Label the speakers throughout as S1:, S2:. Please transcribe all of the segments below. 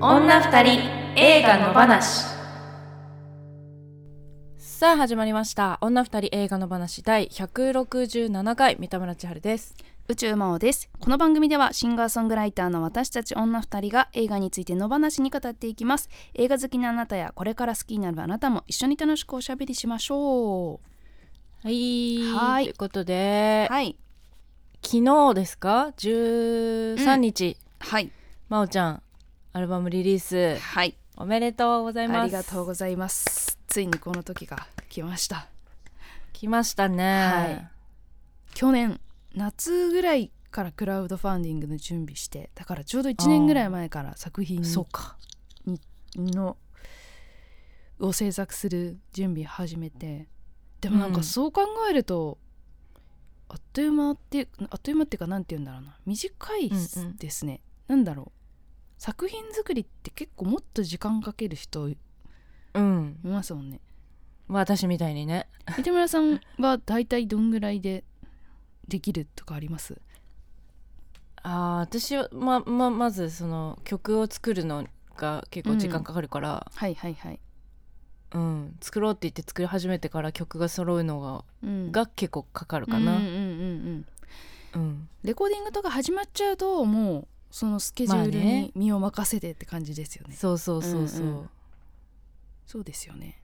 S1: た二人映画の話さあ始まりました女二人映画の話第167回三田村千春です
S2: 宇宙魔王ですこの番組ではシンガーソングライターの私たち女二人が映画について野放しに語っていきます映画好きなあなたやこれから好きになるあなたも一緒に楽しくおしゃべりしましょ
S1: はい
S2: はい
S1: ということで、
S2: うはい
S1: 昨日ですか13日、
S2: はい
S1: 真央ちゃんアルバムリリース
S2: はい
S1: おめでとうございます
S2: ありがとうございますついにこの時が来ました
S1: 来ましたね、
S2: はい去年夏ぐらいからクラウドファンディングの準備してだからちょうど1年ぐらい前から作品
S1: そう
S2: に
S1: か
S2: のを制作する準備始めてでもなん
S1: う
S2: か
S1: ん
S2: そう考えると、あっという間っていうあっという間っていうかなんて言うんだろうな短い
S1: うんうん
S2: ですね、なんだろう作品作りって結構もっと時間かける人い
S1: うん
S2: ますもん ね
S1: まあ私みたいにね
S2: 三田村さんは大体どんぐらいでできるとかあります
S1: あー私はまままずその曲を作るのが結構時間かかるから、
S2: はいはいはい、
S1: うん作ろうって言って作り始めてから曲が揃うのが,、
S2: うん、
S1: が結構かかるか
S2: うんう
S1: な、
S2: んうんうん
S1: うん
S2: レコーディングとか始まっちゃうともうそのスケジュール
S1: まあね
S2: に身を任せてって感じですよね,、
S1: そうそうそうそう、
S2: うんうんそうですよね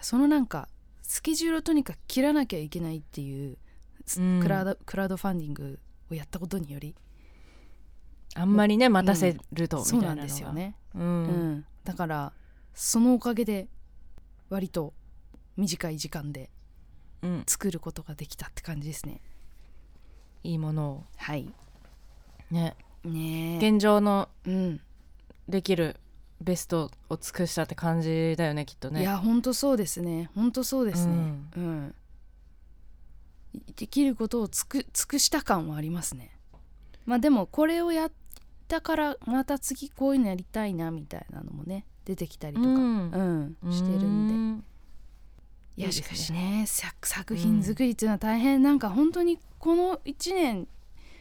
S2: そのなんかスケジュールをとにかく切らなきゃいけないっていう、す
S1: うん
S2: クラウドクラウドファンディングをやったことにより
S1: あんまりね待たせると、みた
S2: そ
S1: いうな
S2: な
S1: の
S2: ん
S1: が
S2: ですよ、ね、
S1: う
S2: うんんだからそのおかげで割と短い時間で
S1: うん
S2: 作ることができたって感じですね
S1: いいものを
S2: はい
S1: ね
S2: ねえ
S1: 現状の
S2: うん
S1: できるベストを尽くしたって感じだよねきっとね
S2: いやほんとそうですねほんとそうですね
S1: うん
S2: うん、いできることをつく尽くした感はありますねまあでもこれをやったからまた次こういうのやりたいなみたいなのもね出てきたりとか、
S1: う
S2: うん
S1: ん
S2: してるんで
S1: うん
S2: い
S1: い
S2: や
S1: いで
S2: し
S1: すね
S2: かしね作作品作りっていうのは大変、なんか本当にこの1年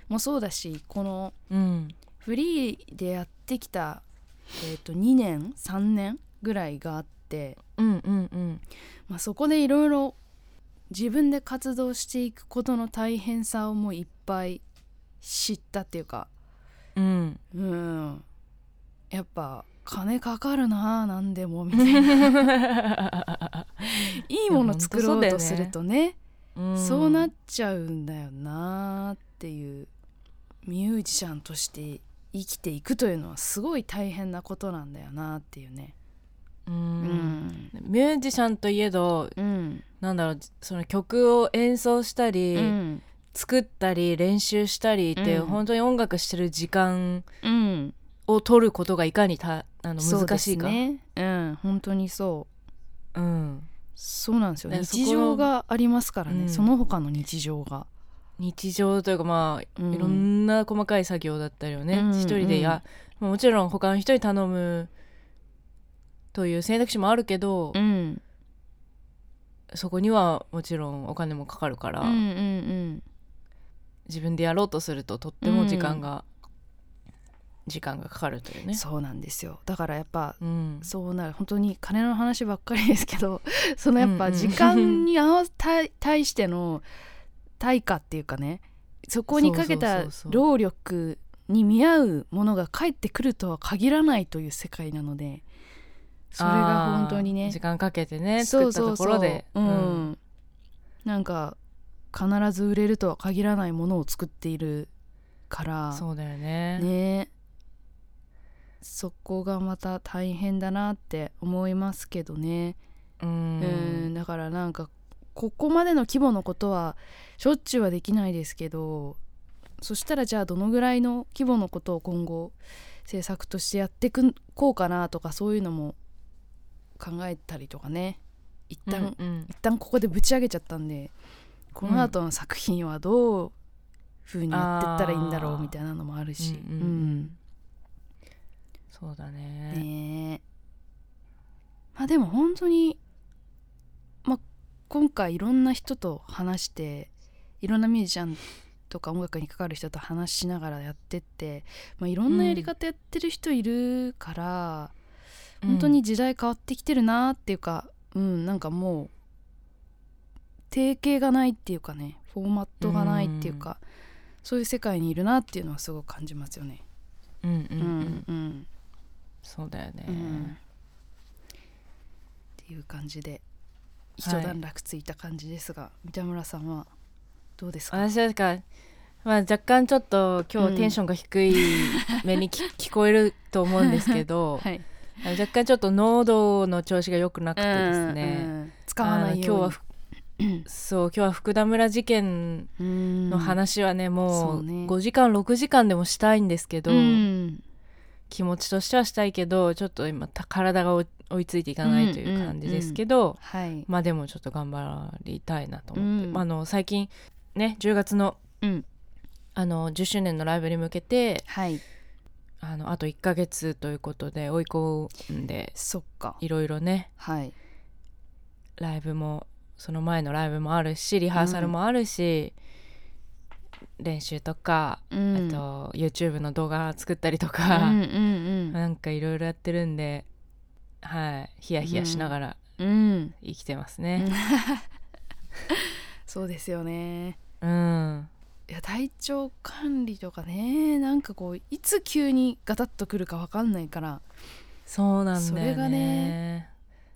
S2: もそうだしこの
S1: うん
S2: フリーでやってきた、えー、と2年3年ぐらいがあって、
S1: うんうんうん
S2: まあ、そこでいろいろ自分で活動していくことの大変さをもういっぱい知ったっていうか
S1: うん
S2: うんやっぱ金かかるなあ何でもみたいないいもの作ろうとするとね
S1: う
S2: そうんなっちゃうんだよなあっていうミュージシャンとして生きていくというのはすごい大変なことなんだよなあっていうね。
S1: う
S2: うんん
S1: ミュージシャンといえど
S2: うん
S1: なんだろうその曲を演奏したり、
S2: うん
S1: 作ったり練習したりって、
S2: うん
S1: 本当に音楽してる時間
S2: うん
S1: を取ることがいかにたあの
S2: そう
S1: 難
S2: で
S1: し
S2: す
S1: いか
S2: ね。うん本当にそう
S1: うん、
S2: そうなんですよ
S1: ね
S2: 日常がありますからね、
S1: うん
S2: その他の日常が、
S1: 日常というかまあ、
S2: うん
S1: いろんな細かい作業だったりをね、
S2: うん
S1: 一人でやまあもちろん他の人に頼むという選択肢もあるけど、
S2: ん、
S1: そこにはもちろんお金もかかるから、
S2: うんうん
S1: 自分でやろうとするととっても時間が、時間がかかるという
S2: うん
S1: ね。
S2: そうなんですよだからやっぱ
S1: うん、
S2: そうなる本当に金の話ばっかりですけど そのやっ
S1: うん
S2: ぱ
S1: うん
S2: 時間に合わせ対対しての対価っていうかねそこにかけ
S1: そう
S2: た
S1: そうそうそう
S2: 労力に見合うものが返ってくるとは限らないという世界なのでそれが本当に
S1: あ
S2: ね
S1: ー時間かけてね
S2: そ
S1: 作っ
S2: う
S1: た
S2: そう
S1: とこ
S2: そう
S1: ろで
S2: うんなんか必ず売れるとは限らないものを作っているから
S1: そうだよね
S2: ねそこがまた大変だなって思いますけどね、
S1: う
S2: うんんだからなんかここまでの規模のことはしょっちゅうはできないですけどそしたらじゃあどのぐらいの規模のことを今後制作としてやってくんこうかなとかそういうのも考えたりとかね一
S1: うん
S2: 旦
S1: うん
S2: 一旦ここでぶち上げちゃったんでこの後の作品はどう風にやってったらいいんだろ
S1: あ
S2: う
S1: ー
S2: みたいなのもあるし、
S1: うんうんそうだ
S2: う
S1: ね
S2: んねえまあでも本当にまあ今回いろんな人と話していろんなミュージシャンとか音楽に関わる人と話しながらやってって、まあ、いろんなやり方やってる人いるから、本当に時代変わってきてるなっていうかうんなんかもう定型がないっていうかねフォーマットがないっていうか、そういう世界にいるなっていうのはすごく感じますよね。
S1: うんうんう、
S2: うんんうん
S1: そうだよね、
S2: うんっていう感じで一
S1: はい
S2: 段落ついた感じですが、三田村さんはどうですか
S1: 私はだからまあ、若干ちょっと今
S2: うん
S1: 日テンションが低い目 にき聞こえると思うんですけど、
S2: はい、
S1: あの若干ちょっと喉の調子が良くなくてですね、
S2: うん使わないように
S1: あの今日はふそう今日は福田村事件の
S2: の
S1: 話はね、も
S2: そう
S1: う
S2: ね
S1: 5時間6時間でもしたいんですけど、
S2: うん
S1: 気持ちとしてはしたいけどちょっと今た体が追い追いついていかないという感じですけど、
S2: はい、
S1: まあでもちょっと頑張りたいなと思って、
S2: うん
S1: まああの最近ね10月の
S2: うん
S1: あの10周年のライブに向けて
S2: はい
S1: あのあと1ヶ月ということで追い込んで
S2: そっか
S1: いろいろね
S2: はい
S1: ライブもその前のライブもあるしリハーサルもあるし、練習とか、
S2: うん
S1: あ
S2: は
S1: と YouTube の動画作ったりと
S2: う
S1: か、
S2: んうん
S1: なんかいろいろやってるんではいヒヤヒヤしながら
S2: うんうん
S1: 生きてますね。
S2: そうですよね
S1: うん、
S2: いや体調管理とかねなんかこういつ急にガタッとくるかわかんないから、
S1: そうなん
S2: そ
S1: だよね
S2: れがね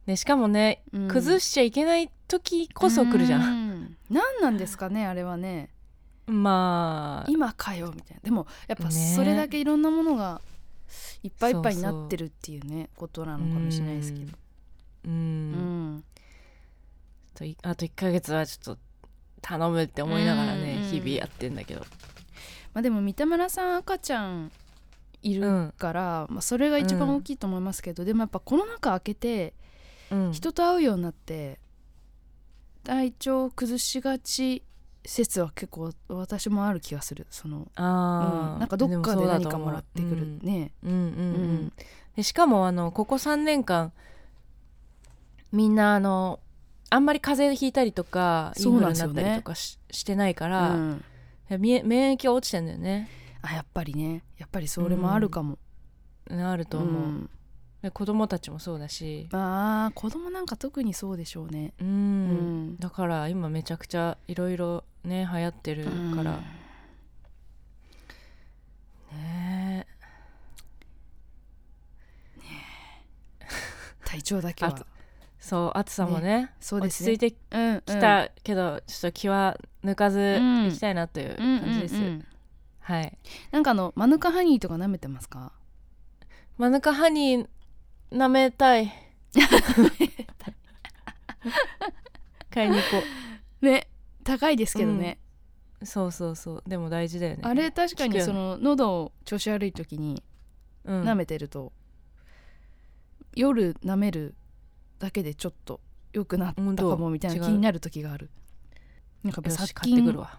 S1: ねしかもね
S2: うん
S1: 崩しちゃいけない時こそ来るじゃん、
S2: ん何なんですかねあれはね
S1: まあ
S2: 今かよみたいなでもやっぱ
S1: ね
S2: それだけいろんなものがいっぱいいっぱいになってるっていうねことなのかもしれないですけど
S1: うん、
S2: うん、
S1: といあと1ヶ月はちょっと頼むって思いながらね
S2: うん
S1: 日々やってんだけど
S2: まあでも三田村さん赤ちゃんいるから、まあ、それが一番大きいと思いますけど、でもやっぱコロナ禍明けて
S1: うん
S2: 人と会うようになって体調を崩しがち説は結構私もある気がするその、うん
S1: あー、
S2: なんかどっか
S1: もそ
S2: で何
S1: うだと
S2: か
S1: 思う
S2: もらってくる
S1: うん
S2: ね
S1: うんうんうん
S2: うん
S1: でしかもあのここ3年間みんなあのあんまり風邪ひいたりとかイ
S2: そ
S1: ン
S2: う
S1: フ
S2: な
S1: ル
S2: んで
S1: にな
S2: すよ
S1: っ
S2: ね
S1: たりとかし,、してないか
S2: う
S1: ら、
S2: ん、
S1: いや免免疫が落ちてんだよね
S2: あやっぱりねやっぱりそれもあるかも、
S1: あると思う、
S2: うん
S1: で子供たちもそうだし
S2: まあ子供なんか特にそうでしょうね
S1: うん、
S2: うん
S1: だから今めちゃくちゃいろいろね流行ってるから、ねえ
S2: 体調だけは
S1: あとそう暑さもね
S2: そうです
S1: 落
S2: ね
S1: ち着いて
S2: うんうん
S1: きたけど、ちょっと気は抜かず
S2: うん
S1: いきたいなという感じです、
S2: うんうんうん
S1: はい
S2: なんかあのマヌカハニーとか舐めてますか
S1: マヌカハニー舐めた い買いに行こ
S2: ね高いですけどね、
S1: うそうそうそうでも大事だよね
S2: あれ確か
S1: 聞く
S2: に
S1: よね
S2: その喉調子悪い時に
S1: うん
S2: 舐めてると、夜舐めるだけでちょっと良くなった
S1: 本
S2: か
S1: 当
S2: もみたい
S1: 違
S2: な
S1: う
S2: 気になる時があるなんかやっ
S1: よ
S2: ぱ
S1: し
S2: 殺
S1: 買って
S2: 菌
S1: くるわ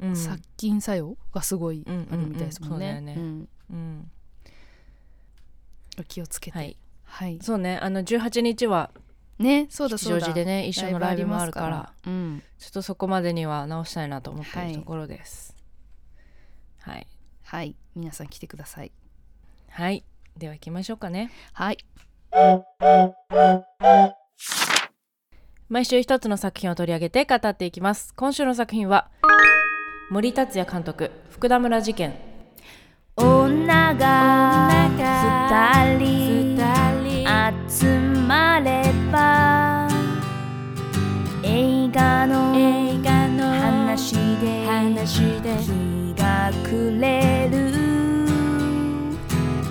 S1: うん
S2: 殺菌作用がすごい
S1: うんうん
S2: あるみたいですもん
S1: うんそうだよね
S2: ねうん
S1: うん
S2: お気をつけて
S1: はい
S2: はい
S1: そうねあの18日は
S2: ねそうだ
S1: 吉
S2: そう
S1: 祥
S2: だ
S1: 寺でね一緒のライブもあるから
S2: ライブありますからうん
S1: ちょっとそこまでには直したいなと思って
S2: は
S1: る
S2: い
S1: ところですはい
S2: はい皆さん来てください
S1: はいでは行きましょうかね
S2: はい
S1: 毎週一つの作品を取り上げて語っていきます今週の作品は森達也監督福田村事件
S3: 女が二人集まれば映画の話で日が暮れる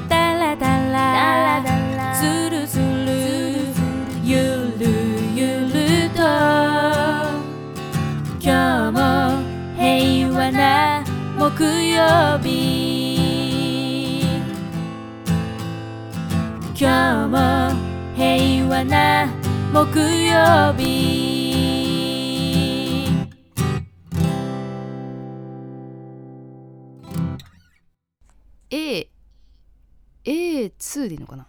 S3: ダラダラズルズルゆるゆると今日も平和な木曜日今日も平和な木曜日
S2: A A2 でいいのかな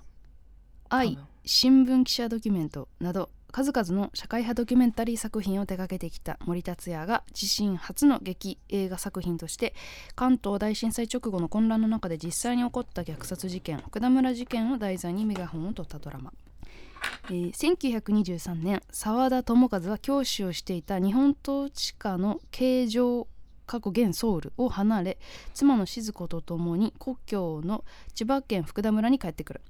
S1: 多
S2: I
S1: 分
S2: 新聞記者ドキュメントなど数々の社会派ドキュメンタリー作品を手掛けてきた森達也が自身初の劇映画作品として関東大震災直後の混乱の中で実際に起こった虐殺事件福田村事件を題材にメガホンを取ったドラマ、えー1923年沢田智和は教師をしていた日本統治下の慶城過去現ソウルを離れ妻の静子と共に故郷の千葉県福田村に帰ってくる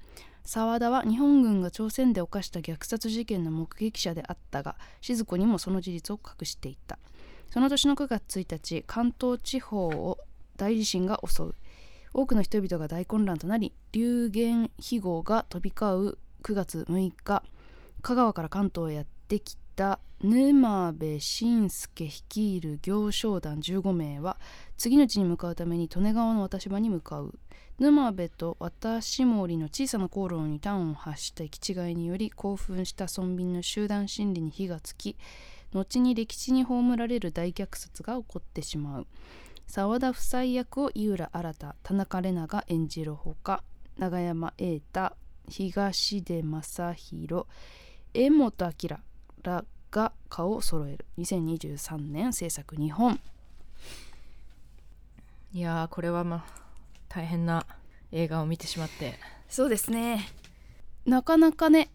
S2: 沢田は日本軍が朝鮮で犯した虐殺事件の目撃者であったが静子にもその事実を隠していたその年の9月1日関東地方を大地震が襲う多くの人々が大混乱となり流言飛語が飛び交う9月6日香川から関東へやってきた沼部信介率いる行商団15名は次の地に向かうために利根川の渡し場に向かう沼部と渡し森の小さな航路に端を発した行き違いにより興奮した村民の集団心理に火がつき後に歴史に葬られる大虐殺が起こってしまう沢田夫妻役を井浦新田中玲奈が演じるほか永山瑛太東出正宏江本明らが顔を揃える2023年制作日本
S1: いやーこれはまあ大変な映画を見てしまって
S3: そうですね
S2: なかなかね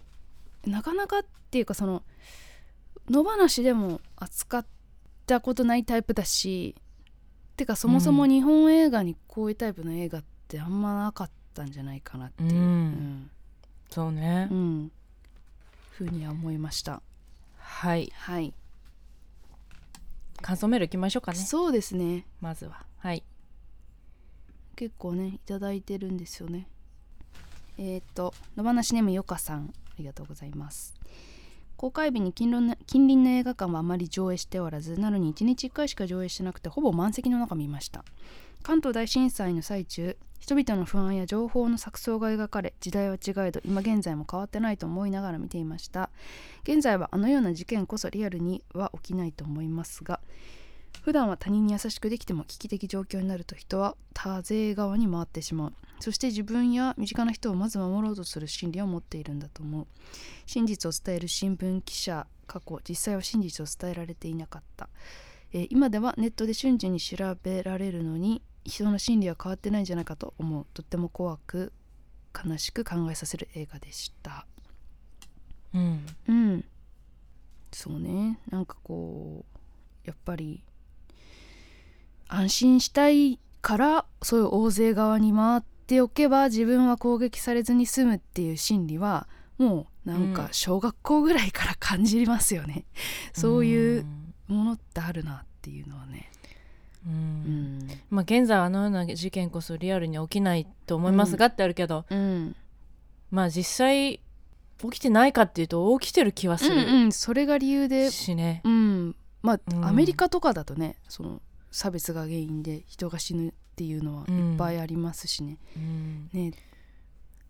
S2: なかなかっていうかその野放しでも扱ったことないタイプだしてかそもそも
S1: うん
S2: 日本映画にこういうタイプの映画ってあんまなかったんじゃないかなってい
S1: う
S2: う、
S1: ん
S2: うん
S1: そうね、
S2: うんふうには思いました
S1: はい
S2: はい、
S1: 感想メールいきましょうかね
S2: そうですね
S1: まずははい
S2: 結構ねいただいてるんですよねえっ、と野放しネームよかさんありがとうございます公開日に近隣の近隣の映画館はあまり上映しておらずなのに1日1回しか上映してなくてほぼ満席の中見ました関東大震災の最中人々の不安や情報の錯綜が描かれ時代は違えど今現在も変わってないと思いながら見ていました現在はあのような事件こそリアルには起きないと思いますが普段は他人に優しくできても危機的状況になると人は多勢側に回ってしまうそして自分や身近な人をまず守ろうとする心理を持っているんだと思う真実を伝える新聞記者過去実際は真実を伝えられていなかった、えー今ではネットで瞬時に調べられるのに人の心理は変わってないんじゃないかと思うとっても怖く悲しく考えさせる映画でした
S1: うん
S2: うんそうねなんかこうやっぱり安心したいからそういう大勢側に回っておけば自分は攻撃されずに済むっていう心理はもうなん
S1: うん
S2: か小学校ぐらいから感じますよね、そういうものってあるなっていうのはね
S1: うん、う
S2: うんん
S1: まあ現在はあのような事件こそリアルに起きないと思いますがってあるけど、
S2: うん
S1: まあ実際起きてないかっていうと起きてる気はす
S2: う
S1: る、
S2: んうんそれが理由で
S1: しね
S2: うんまあ、
S1: うん
S2: アメリカとかだとねその差別が原因で人が死ぬっていうのはいっぱいありますしね、
S1: うん
S2: ね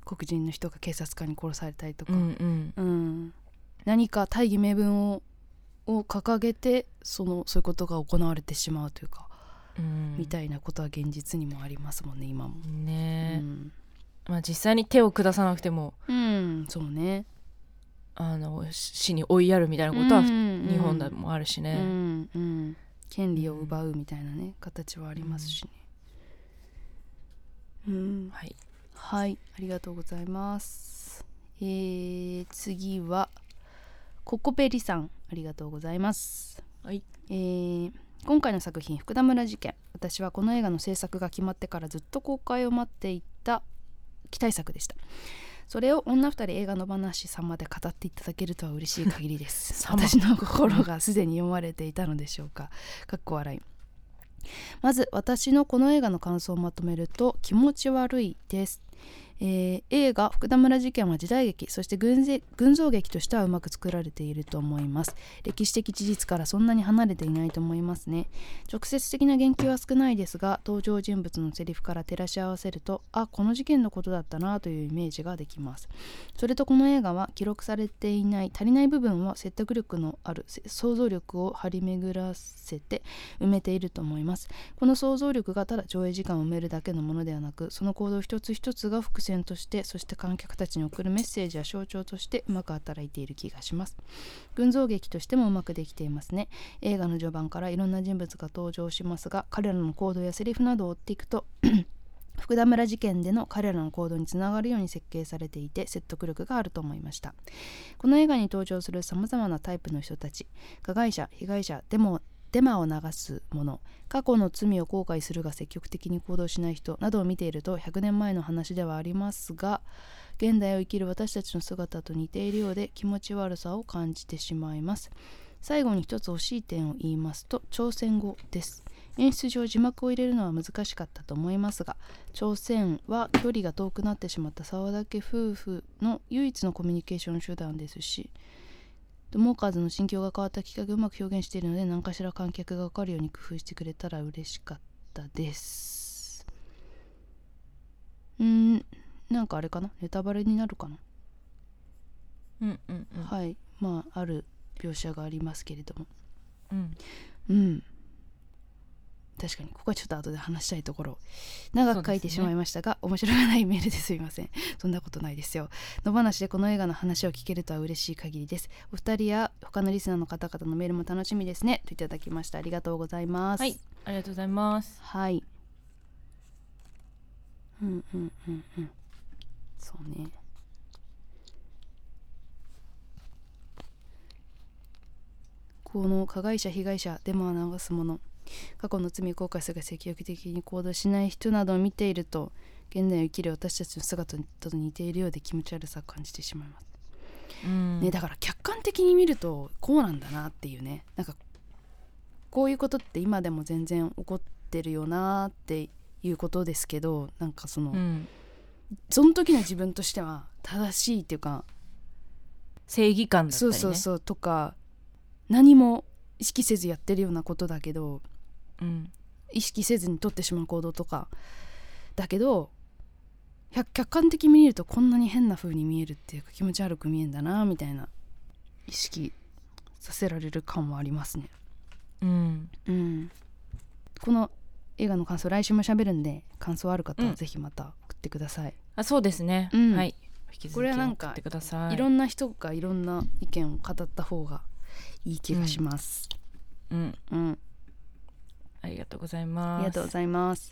S2: 黒人の人が警察官に殺されたりとか、
S1: うんうん
S2: うん何か大義名分をを掲げてそのそういうことが行われてしまうというか、
S1: うん
S2: みたいなことは現実にもありますもんね今も。
S1: ね
S2: うん
S1: まあ実際に手を下さなくても
S2: うんそうね。
S1: あの死に追いやるみたいなことは
S2: うん
S1: 日本でもあるし
S2: う
S1: ね、
S2: んうん、権利を奪うみたいなね形はありますしね。うん、
S1: はい
S2: はい、ありがとうございます。えー、次はココペリさん、ありがとうございます。
S1: はい、
S2: えー今回の作品福田村事件。私はこの映画の制作が決まってからずっと公開を待っていた期待作でした。それを女二人映画の話さんまで語っていただけるとは嬉しい限り です。
S1: 様
S2: 私の心がすでに読まれていたのでしょうか。かっこ笑い。まず私のこの映画の感想をまとめると気持ち悪いです、えー映画福田村事件は時代劇そして群像群像劇としてはうまく作られていると思います歴史的事実からそんなに離れていないと思いますね直接的な言及は少ないですが登場人物のセリフから照らし合わせるとあこの事件のことだったなというイメージができますそれとこの映画は記録されていない足りない部分は説得力のあるせ想像力を張り巡らせて埋めていると思いますこの想像力がただ上映時間を埋めるだけのものではなくその行動一つ一つが伏線としてそして観客たちに送るメッセージや象徴としてうまく働いている気がします群像劇としてもうまくできていますね映画の序盤からいろんな人物が登場しますが彼らの行動やセリフなどを追っていくと 福田村事件での彼らの行動につながるように設計されていて説得力があると思いましたこの映画に登場するさまざまなタイプの人たち加害者被害者デモデマを流す者過去の罪を後悔するが積極的に行動しない人などを見ていると100年前の話ではありますが現代を生きる私たちの姿と似ているようで気持ち悪さを感じてしまいます最後に一つ惜しい点を言いますと朝鮮語です演出上字幕を入れるのは難しかったと思いますが朝鮮は距離が遠くなってしまった沢田家夫婦の唯一のコミュニケーション手段ですしモーカーズの心境が変わった企画をうまく表現しているので何かしら観客が分かるように工夫してくれたら嬉しかったですうーんなんかあれかなネタバレになるかな、
S1: うんうんうん
S2: はいまあある描写がありますけれども
S1: うん
S2: うん確かにここはちょっと後で話したいところ長く書いてしまいましたが、面白くないメールですいませんそんなことないですよ野放しでこの映画の話を聞けるとは嬉しい限りですお二人や他のリスナーの方々のメールも楽しみですねといただきましたありがとうございます
S1: はいありがとうございます
S2: はいうんうんうんうんそうねこの加害者被害者デマを流す者過去の罪を後悔するが積極的に行動しない人などを見ていると現代を生きる私たちの姿と似ているようで気持ち悪さを感じてしまいます、
S1: うん
S2: ねだから客観的に見るとこうなんだなっていうねなんかこういうことって今でも全然起こってるよなっていうことですけどなんかその、
S1: うん
S2: その時の自分としては正しいっていうか
S1: 正義感だったり
S2: そう
S1: ね
S2: そうそうとか何も意識せずやってるようなことだけど
S1: うん
S2: 意識せずに取ってしまう行動とかだけど客客観的に見るとこんなに変な風に見えるっていうか気持ち悪く見えんだなみたいな意識させられる感はありますね。
S1: うん
S2: うん、この映画の感想来週も喋るんで感想ある方
S1: う
S2: は
S1: ん
S2: ぜひまた送ってください。
S1: あそうですね、
S2: うん
S1: はい引き続き
S2: これはなんか
S1: 送ってください
S2: いろんな人がいろんな意見を語った方がいい気がします。
S1: うん
S2: うん、
S1: ありがとうございます
S2: ありがとうございます。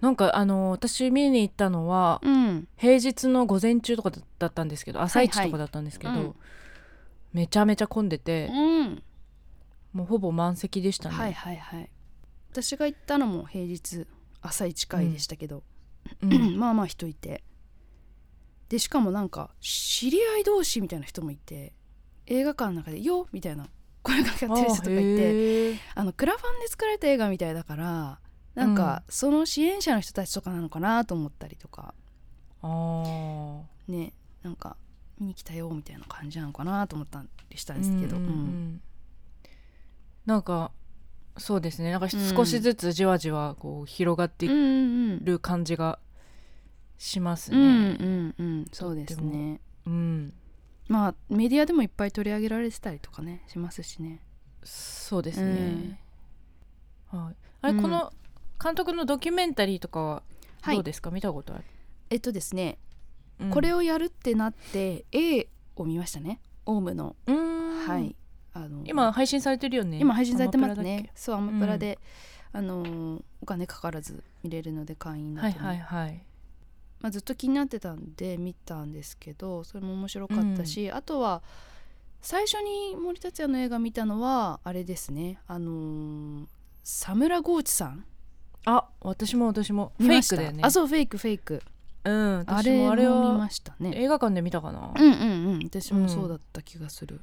S1: なんかあの私見に行ったのは
S2: うん、
S1: 平日の午前中とかだったんですけど朝一
S2: はい
S1: とかだったんですけど、
S2: うん
S1: めちゃめちゃ混んでて、
S2: うん、
S1: もうほぼ満席でしたね、
S2: はいはいはい。私が行ったのも平日朝一回でしたけど、
S1: う ん
S2: まあまあ人いて。でしかもなんか知り合い同士みたいな人もいて映画館の中で「よっ!」みたいな声がかかってる人とかいて。
S1: て
S2: あのクラファンで作られた映画みたいだからなんかその支援者の人たちとかなのかなと思ったりとか
S1: あー
S2: ねなんか見に来たよみたいな感じなのかなと思ったりしたん
S1: で
S2: ですけど、
S1: うんうんう
S2: うん
S1: んなんかそうですねなんか
S2: うん
S1: 少しずつじわじわこう広がって
S2: うん
S1: い
S2: うんうん
S1: る感じがします
S2: う
S1: ね、
S2: んうんうんそうです
S1: とっても
S2: ね
S1: うん
S2: まあメディアでもいっぱい取り上げられてたりとかねしますしね
S1: そうですね、はい、あれ、
S2: うん
S1: この監督のドキュメンタリーとかは
S2: はい
S1: どうですか、見たことある、
S2: えっとですね、これ
S1: を
S2: をやるってなって A を見ましたねオウムの、
S1: うーん
S2: はいあの
S1: 今配信されてるよね
S2: 今配信されてま
S1: アマ
S2: す
S1: プラだっ
S2: ねそうアマプラで、あのーお金かからず見れるので会員
S1: けは
S2: だと
S1: い
S2: 思う、
S1: はいはい
S2: まあ、ずっと気になってたんで見たんですけどそれも面白かったし、あとは最初に森達也の映画見たのはあれですねあのー、サムラ・ゴーチさん
S1: あ私も私もフ
S2: 見
S1: ェ
S2: ま
S1: イ
S2: した
S1: クだよね
S2: あそうフェイクフェイク
S1: うん
S2: あ
S1: 私
S2: れ
S1: も
S2: も
S1: あれ
S2: 見
S1: は
S2: ましたね
S1: 映画館で見たかな、
S2: うんうんうん私もそうだった気がする、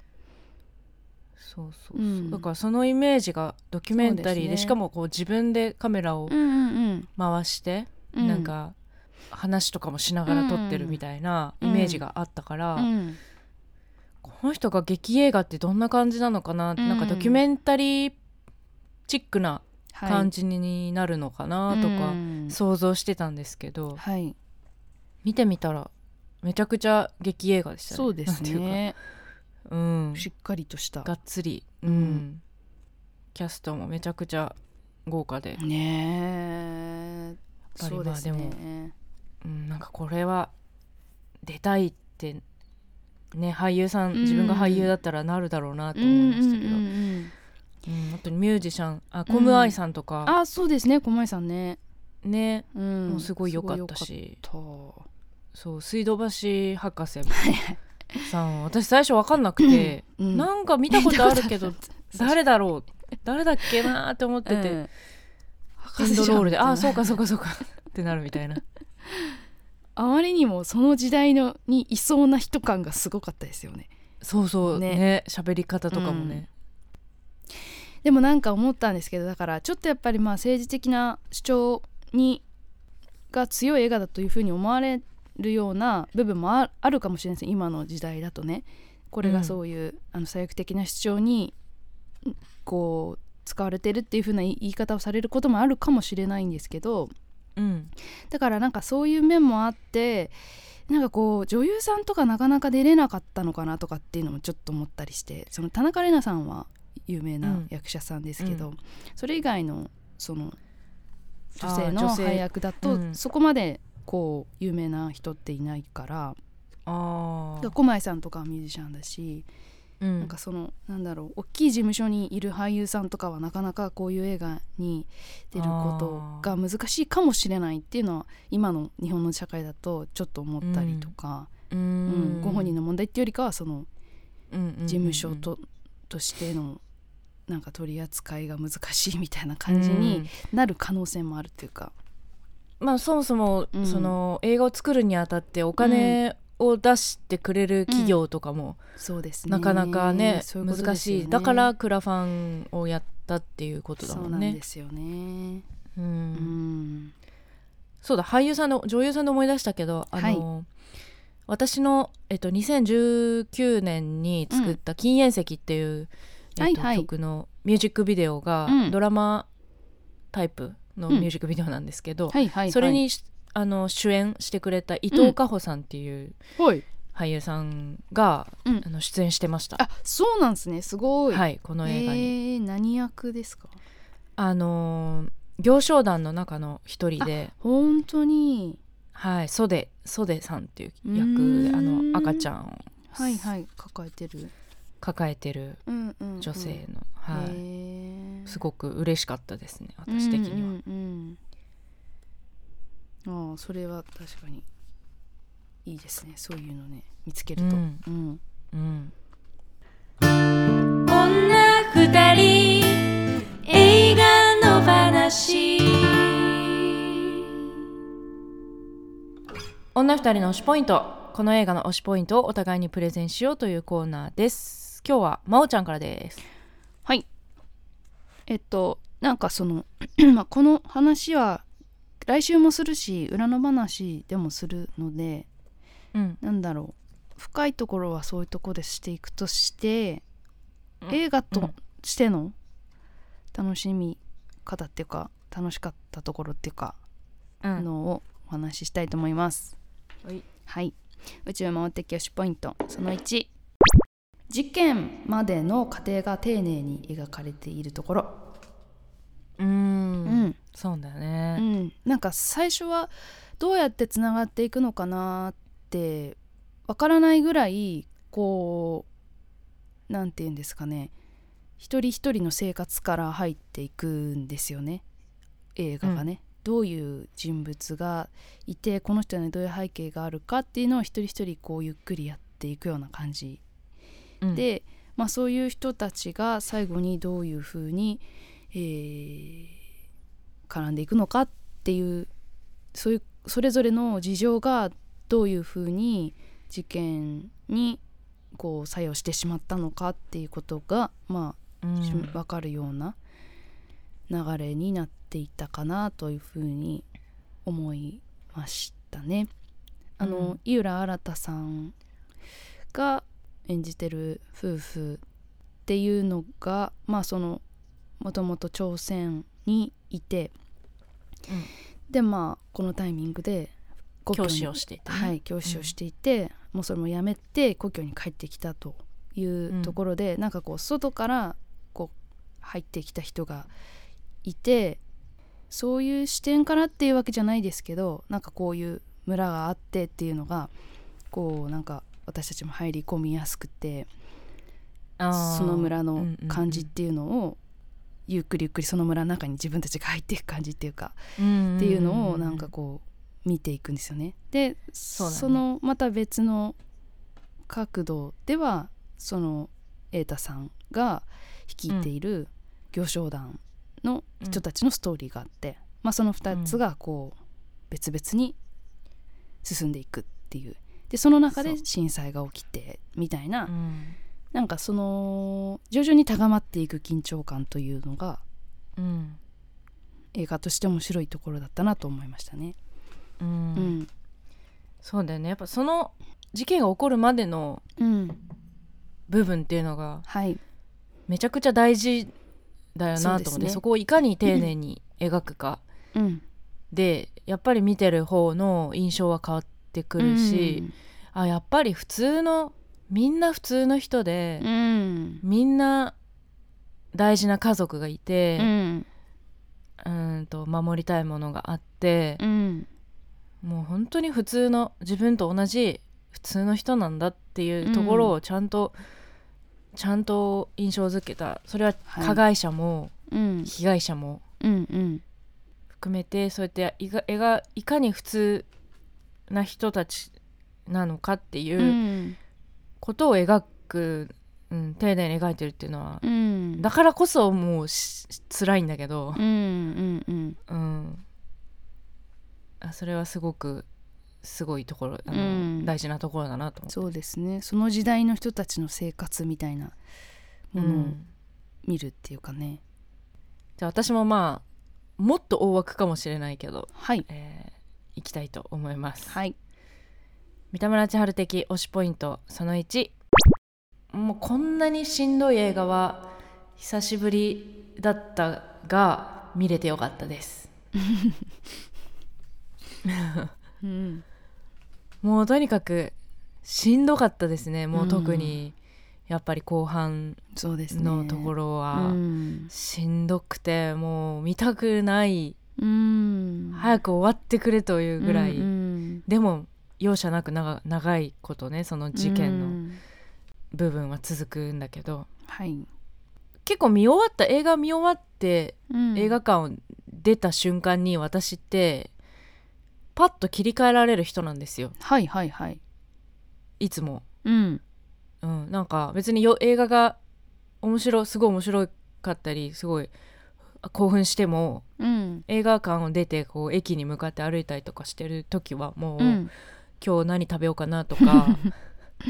S1: そうそうそう、
S2: うん
S1: だからそのイメージがドキュメンタリーで
S2: そうですね
S1: しかもこう自分でカメラを
S2: うん、うんうん
S1: 回して、
S2: うん
S1: なんか話とかもしながら撮ってるみたいなイメージがあったから、
S2: うん
S1: この人が劇映画ってどんな感じなのかな、
S2: うん
S1: なんかドキュメンタリーチックな
S2: はい
S1: 感じになるのかなと
S2: う
S1: か
S2: ん
S1: 想像してたんですけど、
S2: はい
S1: 見てみたらめちゃくちゃ劇映画でしたね。
S2: そうです
S1: なんていう
S2: ね
S1: か。 うん、
S2: しっかりとした
S1: がっつり、うん
S2: うん
S1: キャストもめちゃくちゃ豪華で、
S2: ねえ
S1: ぱり
S2: そうです
S1: まあで
S2: ね
S1: うん、なんかこれは出たいってね俳優さん
S2: うん
S1: 自分が俳優だったらなるだろうなと
S2: う
S1: 思いま
S2: んうんう
S1: したけど、うん
S2: ん
S1: 本当にミュージシャンあコムアイさんとか、
S2: あそうですね小前さんね
S1: ね、
S2: うん
S1: もうすごい良かったし
S2: すごい良かっ
S1: そう水道橋博士さ ん私最初分かんなくて、
S2: たうん
S1: なんか見たことある け
S2: 見
S1: ど
S2: たことある
S1: 誰だろう誰だっけなーって思ってて、
S2: うん
S1: エ
S2: 博
S1: ン
S2: 士
S1: ド
S2: じゃん
S1: ロールで「ああそう
S2: って
S1: かそうかそうか」ってなるみた いな
S2: あまりにもその時代のにいそうな人感がすごかったですよね
S1: そうそう
S2: ね
S1: ね喋、り方とかもね、
S2: でもなんか思ったんですけどだからちょっとやっぱりまあ政治的な主張にが強い映画だというふうに思われるような部分もああるかもしれないですね今の時代だとねこれ
S1: う
S2: が
S1: ん
S2: そういう、あの左翼的な主張にんこう使われてるっていうふうな言い言い方をされることもあるかもしれないんですけど
S1: うん
S2: だからなんかそういう面もあってなんかこう女優さんとかなかなか出れなかったのかなとかっていうのもちょっと思ったりしてその田中玲奈さんは有名
S1: う
S2: なん役者さんですけど、
S1: う
S2: それ以外のその女
S1: あ
S2: 性
S1: ー
S2: の
S1: 女性
S2: 配役だと、
S1: うん
S2: そこまでこう有名な人っていないから
S1: ああ
S2: 小前さんとかはミュージシャンだし、
S1: うん
S2: なんかそのなんだろう大きい事務所にいる俳優さんとかはなかなかこういう映画に出ることが難しいかもしれないっていうのは今の日本の社会だとちょっと思ったりとか、
S1: う
S2: うん
S1: ん
S2: ご本人の問題っていうよりかはその事務所と,、としてのなんか取り扱いが難しいみたいな感じになる可能性もあるっていうか。
S1: まあそもそも、
S2: うん
S1: その映画を作るにあたってお金を出してくれる企業とかも、
S2: そうですね
S1: なかなかね
S2: そういうこと
S1: 難
S2: ですよ
S1: し
S2: ね
S1: いだからクラファンをやったっていうことだ
S2: そ
S1: も
S2: うんなんで
S1: ね
S2: すよね。
S1: うん
S2: うん、
S1: そうだ俳優さんの女優さんで思い出したけどあの、私の、えっと、2019年に作った「禁煙石」っていう、
S2: は
S1: え
S2: い
S1: っと
S2: はい
S1: 曲のミュージックビデオが、
S2: うん
S1: ドラマタイプのミュージックビデオなんですけど、
S2: はいはいはい、
S1: それにしあの主演してくれた伊藤佳穂さんっていう
S2: はい、
S1: 俳優さんが、
S2: うん
S1: あの出演してました。
S2: あそうなんですねすごい、
S1: はい、この映画に、
S2: えー何役ですか
S1: あのー行商団の中の一人で、
S2: 本当に
S1: はい、ソデソデさんっていう
S2: う
S1: 役
S2: ー
S1: で
S2: ん
S1: あの赤ちゃんを
S2: はいはい抱えてる、
S1: 抱えてる
S2: うんうんうん
S1: 女性の、
S2: へ
S1: はい、
S2: ー
S1: すごく嬉しかったですね私的には、
S2: うんうんうんああそれは確かにいいですねそういうのね見つけると、
S1: うん
S2: うん
S1: うん
S3: 女二人映画の話
S1: 女二人の推しポイントこの映画の推しポイントをお互いにプレゼンしようというコーナーです今日はまおちゃんからです
S2: はいえっとなんかその まあこの話は来週もするし裏の話でもするので
S1: うん
S2: なんだろう深いところはそういうところでしていくとして、
S1: うん
S2: 映画
S1: う
S2: と
S1: ん
S2: しての楽しみ方っていうか楽しかったところっていうか、
S1: う
S2: あ
S1: ん
S2: のをお話ししたいと思います。
S1: はい、
S2: 宇宙魔王的推しポイントその1事件までの過程が丁寧に描かれているところ。
S1: う
S2: うんん
S1: そうだ
S2: う
S1: ね
S2: ん、なんか最初はどうやってつながっていくのかなってわからないぐらいこうなんて言うんですかね一人一人の生活から入っていくんですよね映画がね、どういう人物がいてこの人にはどういう背景があるかっていうのを一人一人こうゆっくりやっていくような感じ
S1: うん、
S2: で、まあ、そういう人たちが最後にどういうふうに、えー絡んでいくのかっていうそういうそれぞれの事情がどういうふうに事件にこう作用してしまったのかっていうことが、ま
S1: う
S2: あし
S1: ん、
S2: 分かるような流れになっていたかなというふうに思いましたね。あの、
S1: うん
S2: 井浦新さんが演じてる夫婦っていうのがまあそのもともと朝鮮にいて、
S1: うん
S2: でまあこのタイミングで故
S1: 教
S2: 郷に
S1: 師をしていたね、
S2: はい、教師をしていて、もうそれもやめて故郷に帰ってきたというところで、なんかこう外からこう入ってきた人がいてそういう視点からっていうわけじゃないですけどなんかこういう村があってっていうのがこうなんか私たちも入り込みやすくてその村の感じっていうのをゆっくりゆっくりその村の中に自分たちが入っていく感じっていうか
S1: てい
S2: っていうのをなんかこう見ていくんですよね。でそ,、
S1: そうだね
S2: のまた別の角度ではその瑛太さんが率いている行商団の人たちのストーリーがあって、まあ、その2つがこう別々に進んでいくっていうでその中で
S1: そう
S2: 震災が起きてみたいな、
S1: うん
S2: なんかその徐々に高まっていく緊張感というのが
S1: うん
S2: 映画として面白いところだったなと思いましたね。
S1: う
S2: うんん
S1: そうだよねやっぱその事件が起こるまでの
S2: うん、
S1: 部分っていうのが
S2: はい、
S1: めちゃくちゃ大事だよなと思って
S2: そ
S1: そ,、
S2: うですね
S1: こをいかに丁寧に描くか
S2: うん、
S1: でやっぱり見てる方の印象は変わってくるし、あやっぱり普通のみんな普通の人で
S2: うん、、うん
S1: みんな大事な家族がいて
S2: う、ん
S1: うーんと守りたいものがあって
S2: う、ん
S1: もう本当に普通の自分と同じ普通の人なんだっていうところをちゃんと、ちゃんと印象づけたそれは
S2: はい
S1: 加害者も
S2: うん
S1: 被害者も
S2: うん
S1: 含めてそうやっていが絵がいかに普通な人たちなのかっていううんことを描く、うん、丁寧に描いてるっていうのは、
S2: うん
S1: だからこそもうし辛いんだけど
S2: う、んうん
S1: うん、あそれはすごくすごいところあの、
S2: うん
S1: 大事なところだなと思って
S2: そうですねその時代の人たちの生活みたいなものを
S1: うん
S2: 見るっていうかね、
S1: じゃあ私もまあもっと大枠かもしれないけど、
S2: はい
S1: えー行きたいと思います、
S2: はい
S1: 三田村千春的推しポイントその1もうこんなにしんどい映画は久しぶりだったが見れてよかったです
S2: うん
S1: もうとにかくしんどかったですねもう特にやっぱり後半
S2: そうですね
S1: のところ
S2: う
S1: は
S2: ん、
S1: しんどくてもう見たくない
S2: うん、
S1: 早く終わってくれというぐらい、
S2: うん
S1: でも容赦なく長長いことねその事
S2: う
S1: 件の
S2: ん
S1: 部分は続くんだけど、
S2: はい、
S1: 結構見終わった映画見終わって、
S2: うん
S1: 映画館を出た瞬間に私ってパッと切り替えられる人なんですよ
S2: はいはいはい
S1: いつも、
S2: うん
S1: うん、なんか別によ映画が面白いすごい面白かったりすごい興奮しても
S2: うん
S1: 映画館を出てこう駅に向かって歩いたりとかしてる時はもう、
S2: うん
S1: 今日何食べようかなとか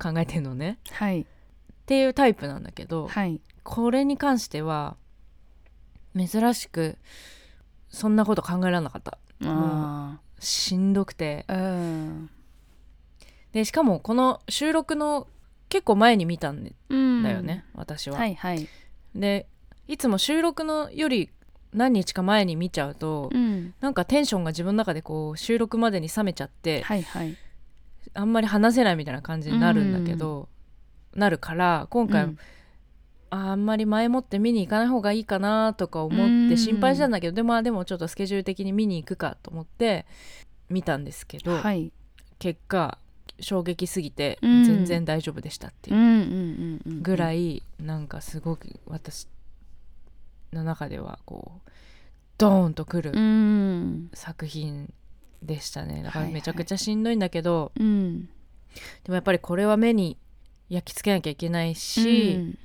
S1: 考えてんのね
S2: はい
S1: っていうタイプなんだけど、
S2: はい
S1: これに関しては珍しくそんなこと考えられなかった
S2: あ
S1: しんどくて
S2: あうん
S1: でしかもこの収録の結構前に見たんだ
S2: うん
S1: よね、私は、
S2: はいはい
S1: でいつも収録のより何日か前に見ちゃうと、
S2: うん
S1: なんかテンションが自分の中でこう収録までに冷めちゃって、
S2: はいはい
S1: あんまり話せないみたいな感じになるんだけど、なるから今回、
S2: うん
S1: ああんまり前もって見に行かない方がいいかなとか思っ
S2: う
S1: て
S2: ん
S1: 心配したんだけど、でもあでもちょっとスケジュール的に見に行くかと思って見たんですけど、
S2: はい
S1: 結果衝撃すぎて
S2: うん
S1: 全然大丈夫でしたって
S2: う
S1: いうん
S2: うんうんうん
S1: ぐら
S2: い
S1: い、なんかすごく私の中ではこうドーンとく
S2: う
S1: る
S2: ん
S1: 作品でしたねだか
S2: は
S1: ら
S2: いはい
S1: めちゃくちゃしんどいんだけど、
S2: うん
S1: でもやっぱりこれは目に焼き付けなきゃいけないし、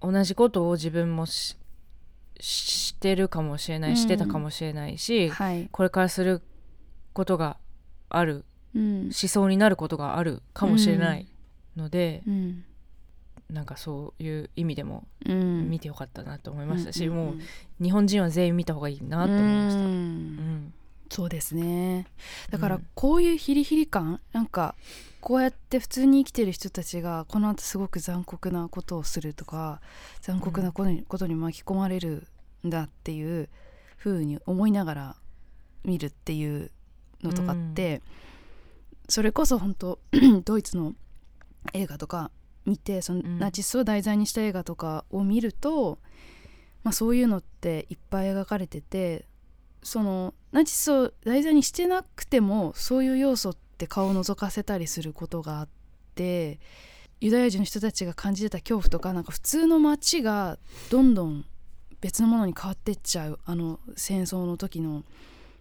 S1: 同じことを自分もしししてるかもしれな
S2: うん
S1: いしてたかもしれないし、
S2: うんはい
S1: これからすることがある
S2: うん
S1: 思想になることがあるかもしれないので
S2: う、ん
S1: なんかそういう意味でも
S2: うん
S1: 見てよかったなと思いましたし、
S2: うんうん
S1: もう日本人は全員見た方がいいなと思いました。
S2: う
S1: うんん
S2: そうですねだか
S1: う
S2: ら
S1: ん
S2: こういうヒリヒリ感なんかこうやって普通に生きてる人たちがこの後すごく残酷なことをするとか残酷なことにことに巻き込まれるんだっていう風に思いながら見るっていうのとかって、それこそ本当 ドイツの映画とか見てその
S1: ん
S2: ナチスを題材にした映画とかを見ると、まあ、そういうのっていっぱい描かれててそのナチスを題材にしてなくてもそういう要素って顔を覗かせたりすることがあってユダヤ人の人たちが感じてた恐怖とかなんか普通の街がどんどん別のものに変わってっちゃうあの戦争の時の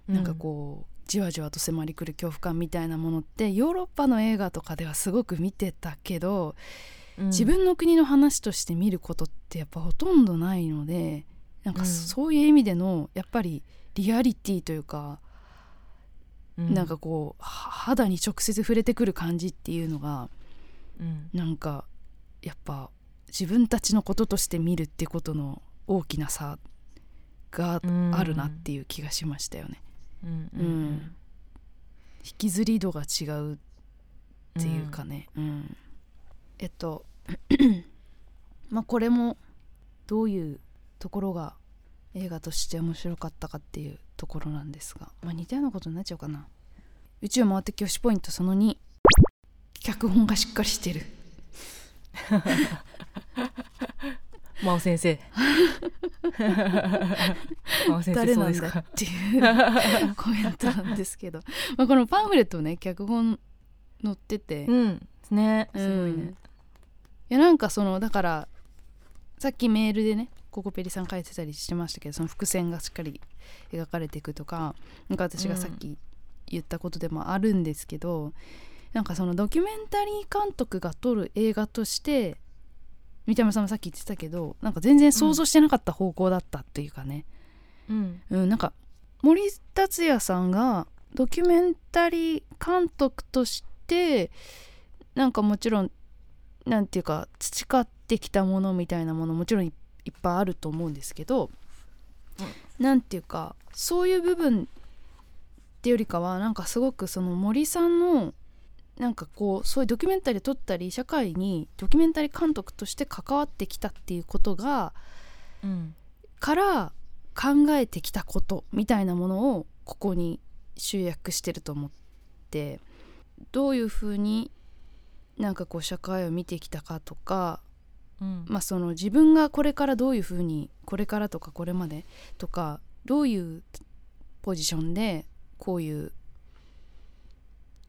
S2: なんかこう、じわじわと迫りくる恐怖感みたいなものってヨーロッパの映画とかではすごく見てたけど、
S1: うん、
S2: 自分の国の話として見ることってやっぱほとんどないのでなん
S1: う
S2: か
S1: ん
S2: そういう意味でのやっぱりリアリティというか、
S1: う
S2: なんかこうは肌に直接触れてくる感じっていうのが
S1: うん
S2: なんかやっぱ自分たちのこととして見るってことの大きな差が
S1: うん
S2: あるなっていう気がしましたよね。
S1: うん
S2: うん引きずり度が違うっていうかね、うんえっと まあこれもどういうところが映画として面白かったかっていうところなんですが、まあ、似たようなことになっちゃうかな宇宙回って教師ポイントその2脚本がしっかりしてる
S1: 真央先生真央先生
S2: 誰
S1: そう
S2: な
S1: で
S2: ん
S1: す
S2: だっ
S1: か
S2: ていうコメントなんですけど、 まあ、このパンフレットね脚本載ってて、
S1: うんね
S2: うん
S1: すごいね、
S2: いやなんかそのだからさっきメールでねココペリさん書いてたりしてましたけどその伏線がしっかり描かれていくとかなんか私がさっき言ったことでもあるんですけど、なんかそのドキュメンタリー監督が撮る映画として三田村さんもさっき言ってたけどなんか全然想像してなかった方向だったっていうかね、
S1: うん
S2: うん、なんか森達也さんがドキュメンタリー監督としてなんかもちろんなんていうか培ってきたものみたいなものもちろんいいっぱいあると思うんですけど、なんていうかそういう部分ってよりかはなんかすごくその森さんのなんかこうそういうドキュメンタリー撮ったり社会にドキュメンタリー監督として関わってきたっていうことが
S1: うん
S2: から考えてきたことみたいなものをここに集約してると思ってどういうふうになんかこう社会を見てきたかとか、
S1: うん
S2: まあ、その自分がこれからどういうふうにこれからとかこれまでとかどういうポジションでこういう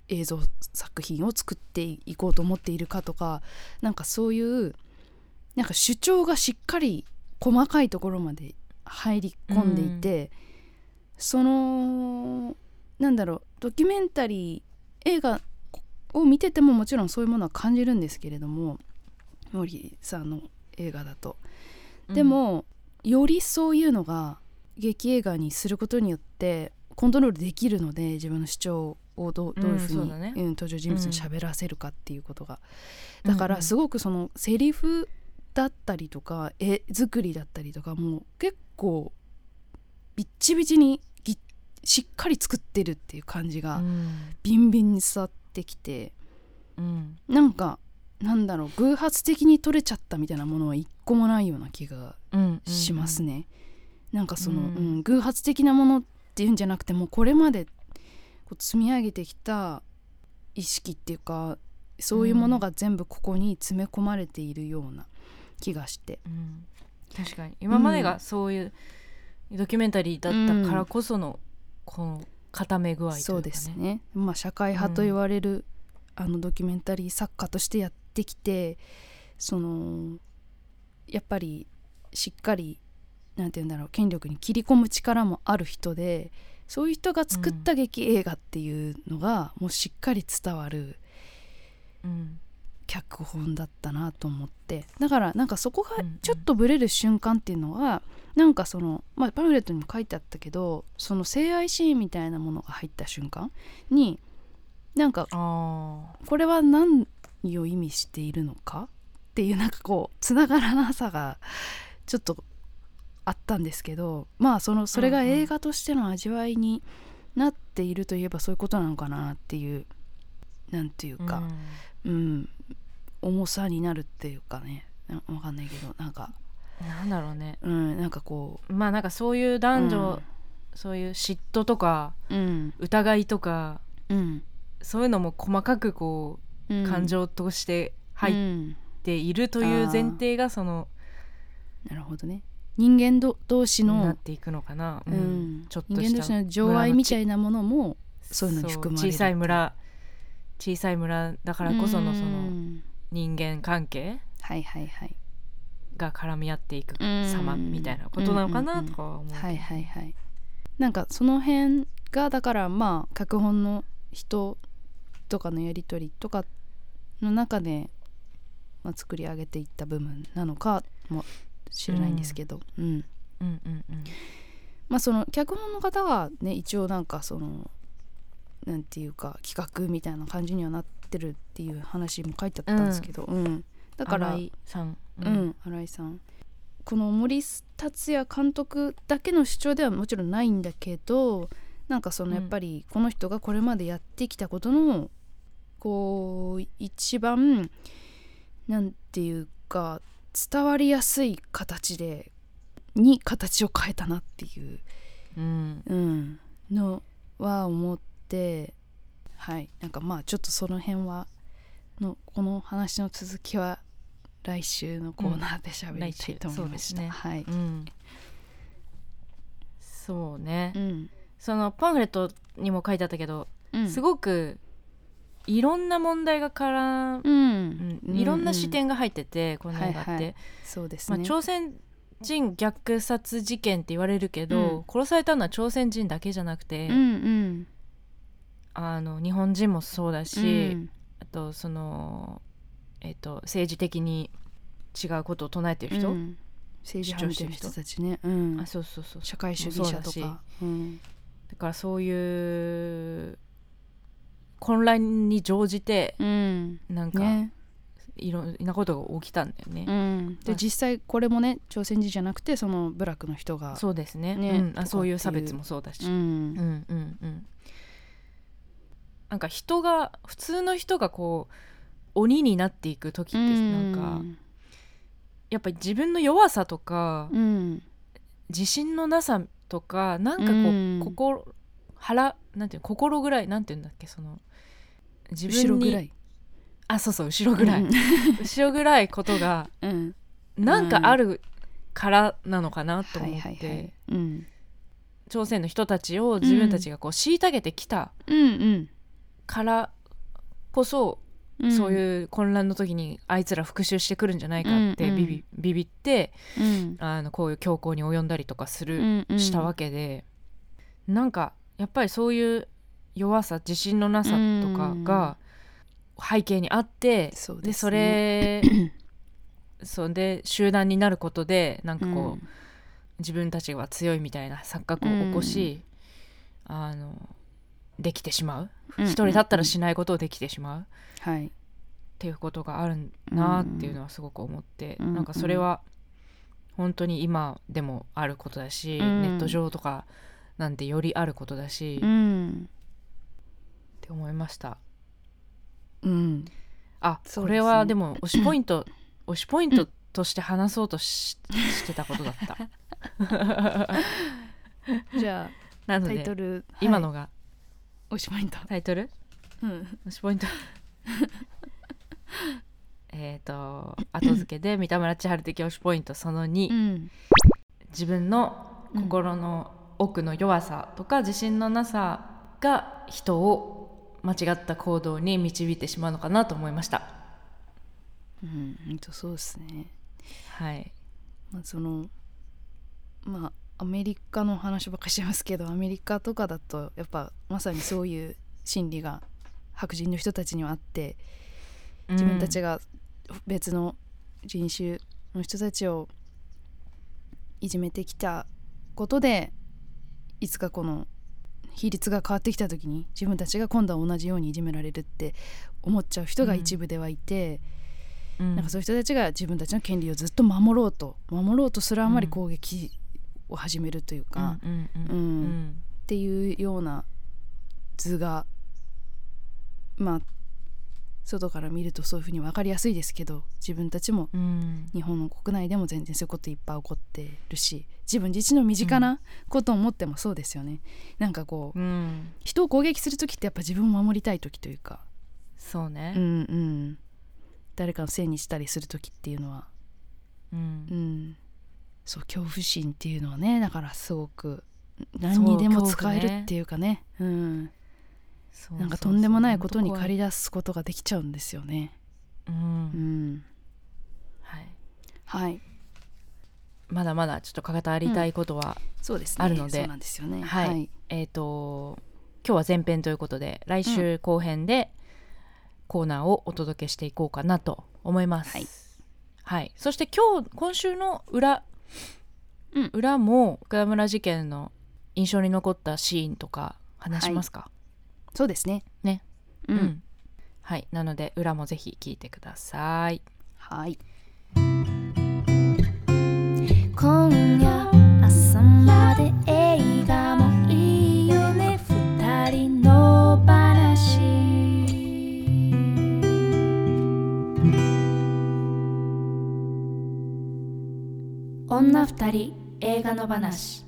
S2: 映像作品を作っていこうと思っているかとかなんかそういうなんか主張がしっかり細かいところまで入り込んでいて、そのなんだろうドキュメンタリー映画を見ててももちろんそういうものは感じるんですけれども森さんの映画だと。で、も、よりそういうのが劇映画にすることによってコントロールできるので自分の主張をどうどういうふうに、
S1: うんそ
S2: う
S1: うだね
S2: ん登場人物に喋らせるかっていうことが、だか
S1: うんう
S2: ら
S1: ん
S2: すごくそのセリフだったりとか絵作りだったりとかもう結構ビッチビチにぎしっかり作ってるっていう感じ
S1: う
S2: が
S1: ん
S2: ビンビンに伝わってきて。
S1: うん
S2: なんかなんだろう偶発的に取れちゃったみたいなものは一個もないような気が
S1: うん
S2: しますね。なんかその、
S1: う
S2: うんん偶発的なものっていうんじゃなくてもうこれまでこう積み上げてきた意識っていうかそういうものが全部ここに詰め込まれているような気がして。
S1: うん確かに今までがそういうドキュメンタリーだったからこそのこの固め具合というか、ね、
S2: そうですね、まあ、社会派と言われる、あのドキュメンタリー作家としてやってきてそのやっぱりしっかりなんて言うんだろう権力に切り込む力もある人でそういう人が作った劇映画っていうのが、もうしっかり伝わる
S1: うん
S2: 脚本だったなと思ってだからなんかそこが
S1: うんうん
S2: ちょっとブレる瞬間っていうのは、なんかその、まあ、パンフレットにも書いてあったけどその性愛シーンみたいなものが入った瞬間になんか
S1: あ
S2: これは何を意味しているのかっていうなんかこうつながらなさがちょっとあったんですけどまあそのそれが映画としての味わいになっているといえばそういうことなのかなっていうなんていう
S1: あ
S2: か。うん、重さになるっていうかねなわかんないけどなんか、
S1: なんだろうね
S2: うん、なんかこ
S1: まあなんかそういう
S2: う
S1: 男女、そういう嫉妬とか
S2: うん
S1: 疑いとか
S2: うん、
S1: そういうのも細かくこ
S2: う、
S1: うん感情として
S2: う
S1: 入っ
S2: ん
S1: ているという前提がその
S2: なるほどね人間ど同士
S1: なっ
S2: の、
S1: ていくのかな、
S2: うん
S1: ちょっと
S2: 人間
S1: し
S2: 同士
S1: た
S2: の情愛みたいなものもそういうのに
S1: そう
S2: 含まれる
S1: 小さい村小さい村だからこそのそうの
S2: ん
S1: 人間関係
S2: はいはいはい
S1: が絡み合っていく
S2: うん
S1: 様みたいなことなのかなとかは思うけど
S2: はいはいはいなんかその辺がだからまあ脚本の人とかのやり取りとかの中で、まあ、作り上げていった部分なのかもしれないんですけど、うん
S1: うんうんうん
S2: まあその脚本の方はね一応なんかそのなんていうか企画みたいな感じにはなってるっていう話も書いてあったんですけど、うんだから
S1: 新井さん、う
S2: うん、新井さんこの森達也監督だけの主張ではもちろんないんだけどなんかその
S1: うん
S2: やっぱりこの人がこれまでやってきたことのこう一番なんていうか伝わりやすい形でに形を変えたなっていう、
S1: うん
S2: うん、のは思ってはいなんかまあちょっとその辺はのこの話の続きは来週のコーナーで喋りたいと思いました。
S1: 来週そうですね
S2: はい、
S1: うんそうね、
S2: うん
S1: そのパンフレットにも書いてあったけど、
S2: うん、
S1: すごくいろんな問題が絡む、
S2: うん、
S1: うんいろんな視点が入ってて、この映画って、
S2: はいはいそうです
S1: ま
S2: ね。
S1: あ、朝鮮人虐殺事件って言われるけど、
S2: うん
S1: 殺されたのは朝鮮人だけじゃなくて、
S2: うんうん
S1: あの日本人もそうだし、
S2: うん
S1: あとその、えっと政治的に違うことを唱えてる人、
S2: うん政治反対の人たちね、う
S1: あ
S2: ん、
S1: そうそうそう
S2: 社会主義者
S1: も
S2: と
S1: そうだし
S2: か、うん、
S1: だからそういう混乱に乗じて
S2: うん、
S1: なんか
S2: ね、
S1: いろんなことが起きたんだよね。
S2: うん、
S1: ま
S2: で
S1: あ
S2: 実際これもね朝鮮人じゃなくてその部落の人が
S1: そうですね
S2: ね
S1: うん、
S2: とかってい
S1: あ
S2: う
S1: そういう差別もそうだし、
S2: う
S1: うん
S2: ん、
S1: うんうんなんか人が普通の人がこう鬼になっていく時ってなんか、やっぱり自分の弱さとか、
S2: うん、
S1: 自信のなさとかなんかこう、
S2: うん
S1: 心腹なんていうの心ぐらいなんていうんだっけその自分に
S2: 後ろぐらい、
S1: あそうそう後ろぐらい、
S2: うん
S1: 後ろぐらいことが
S2: うん、
S1: なんかあるからなのかなと
S2: はい
S1: 思
S2: はい
S1: っ
S2: はい
S1: て、
S2: うん、
S1: 朝鮮の人たちを自分たちがこう虐げてきた
S2: うん
S1: からこそ、
S2: うん、
S1: そう
S2: う、
S1: いう混乱の時にあいつら復讐してくるんじゃないかって
S2: うん
S1: ビビビビって
S2: うん
S1: あのこういう強行に及んだりとかする。
S2: うんうん、
S1: したわけで、なんかやっぱりそういう弱さ自信のなさとかが背景にあって、
S2: そう
S1: で
S2: です
S1: そ
S2: ね
S1: れそんで集団になることでなんかこう、
S2: うん
S1: 自分たちは強いみたいな錯覚を起こし、あのできてしまう
S2: うん
S1: 一、人だったらしないことをできてしまうっ
S2: はい、
S1: ていうことがあるなっていうのはすごく思って、
S2: うん
S1: なんかそれは本当に今でもあることだし、
S2: うん
S1: ネット上とかなんてよりあることだし、
S2: う
S1: っ
S2: ん
S1: て思いました
S2: うん、
S1: あ、
S2: そう
S1: こ
S2: ですね
S1: れはでも推しポイント 推しポイントとして話そうとししてたことだった
S2: じゃ
S1: な
S2: あ
S1: の
S2: タイト
S1: で
S2: ル、
S1: 今のが
S2: おしまいんだ、
S1: タイトル
S2: うん、
S1: 推しポイント えっと後付けで三田村千春的推しポイントその2、
S2: うん、
S1: 自分の心の奥の弱さとか自信のなさが人を間違った行動に導いてしまうのかなと思いました
S2: うん、ほんとそうですね。
S1: はい
S2: まあ、そのまあアメリカの話ばっかりしてますけどアメリカとかだとやっぱまさにそういう心理が白人の人たちにはあって自分たち
S1: が
S2: が別の人種の人たちをいじめてきたことでいつかこの比率が変わってきた時に自分たちが今度は同じようにいじめられるって思っちゃう人が一部ではいて。なんかそういう人たちが自分たちの権利をずっと守ろうと守ろうとするあまり
S1: うん
S2: 攻撃を始めるというか、っ
S1: うんうんうん
S2: うん
S1: うん
S2: ていうような図がまあ外から見るとそういうふうに分かりやすいですけど自分たちも
S1: うん
S2: 日本の国内でも全然そういうこといっぱい起こってるし自分自身の身近なことを思ってもそうですよね。なんかこう
S1: うん
S2: 人を攻撃する時ってやっぱ自分を守りたい時というか、
S1: そうね
S2: うんうん、誰かのせいにしたりする時っていうのは
S1: うん
S2: うん、そう恐怖心っていうのはねだからすごく何にでも使えるっていうかねうん、
S1: そう
S2: なんかとんでもないことに駆
S1: り
S2: り出すことができちゃうんですよね。
S1: う
S2: うんん、
S1: はい、
S2: はい
S1: まだまだちょっと語りたいことは、
S2: そうですね
S1: あるので
S2: そうなんですよね
S1: はいえっ、と今日は前編ということで来週後編でコーナーをお届けしていこうかなと思います。
S2: はい
S1: はいそして今日今週の裏、
S2: うん
S1: 裏も福田村事件の印象に残ったシーンとか話しますか、
S2: そうですね
S1: ね
S2: うん、
S1: うんはいなので裏もぜひ聞いてください。
S2: はい
S3: 今夜朝まで映画もいいよね二人の話女二人映画の話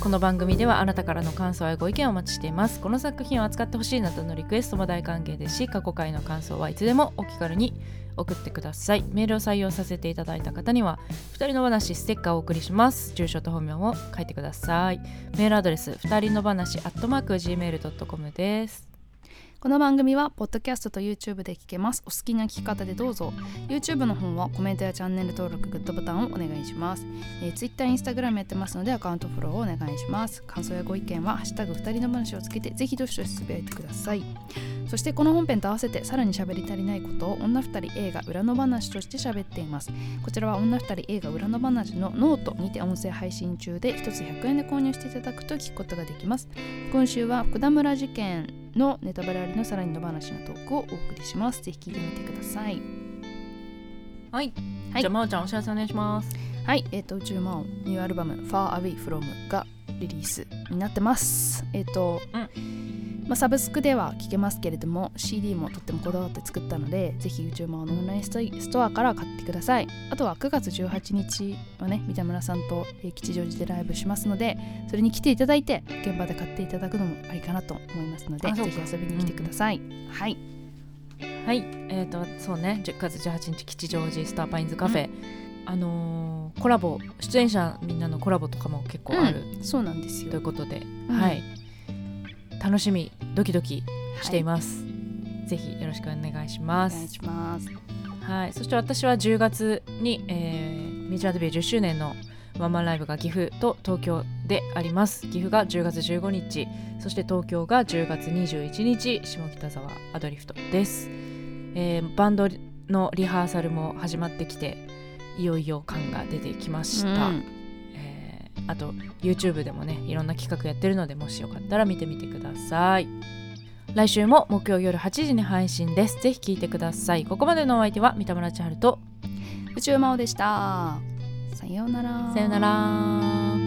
S1: この番組ではあなたからの感想やご意見をお待ちしていますこの作品を扱ってほしいなどのリクエストも大歓迎ですし過去回の感想はいつでもお気軽に送ってくださいメールを採用させていただいた方には2人の話ステッカーをお送りします住所と本名を書いてくださいメールアドレス2人の話 gmail.com です
S2: この番組はポッドキャストと YouTube で聞けますお好きな聞き方でどうぞ YouTube の方はコメントやチャンネル登録グッドボタンをお願いします、えー、Twitter、Instagram やってますのでアカウントフォローをお願いします感想やご意見は「ハッシュタグ二人の話」をつけてぜひどしどしつぶやいてくださいそしてこの本編と合わせてさらに喋り足りないことを女二人映画裏の話として喋っていますこちらは女二人映画裏の話のノートにて音声配信中で1つ100円で購入していただくと聞くことができます今週は福田村事件のネタバレありのさらにの話のトークをお送りします。ぜひ聞いてみてください。
S1: はい、
S2: はい
S1: じゃあまおちゃんお知らせお願いします
S2: はい、えっ、と宇宙魔王ニューアルバム「Far Away From」がリリースになってます。えっ、と、
S1: うん
S2: まあ、サブスクでは聴けますけれども CD もとってもこだわって作ったのでぜひ宇宙魔王のオンラインストストアから買ってください。あとは9月18日はね三田村さんと、えー吉祥寺でライブしますのでそれに来ていただいて現場で買っていただくのもありかなと思いますので
S1: あそう
S2: ぜ
S1: か
S2: ひ遊びに来てください。はい
S1: はいえっ、とそうね10月18日吉祥寺スターパインズカフェ、あのーコラボ出演者みんなのコラボとかも結構ある、
S2: そうなんですよ
S1: ということで、
S2: うん
S1: はい楽しみドキドキしてい
S2: ま
S1: ます、ぜひよろしくお願いしま
S2: お願い
S1: す
S2: します。
S1: はいそして私は10月に、えーメジャーデビュー10周年のワンマンライブが岐阜と東京であります岐阜が10月15日そして東京が10月21日下北沢アドリフトです、えーバンドのリハーサルも始まってきていよいよ感が出てきました、
S2: うん
S1: えーあと YouTube でもねいろんな企画やってるのでもしよかったら見てみてください来週も木曜夜8時に配信ですぜひ聞いてくださいここまでのお相手は三田村千春と
S2: 宇宙魔王でした。さようなら。
S1: さよなら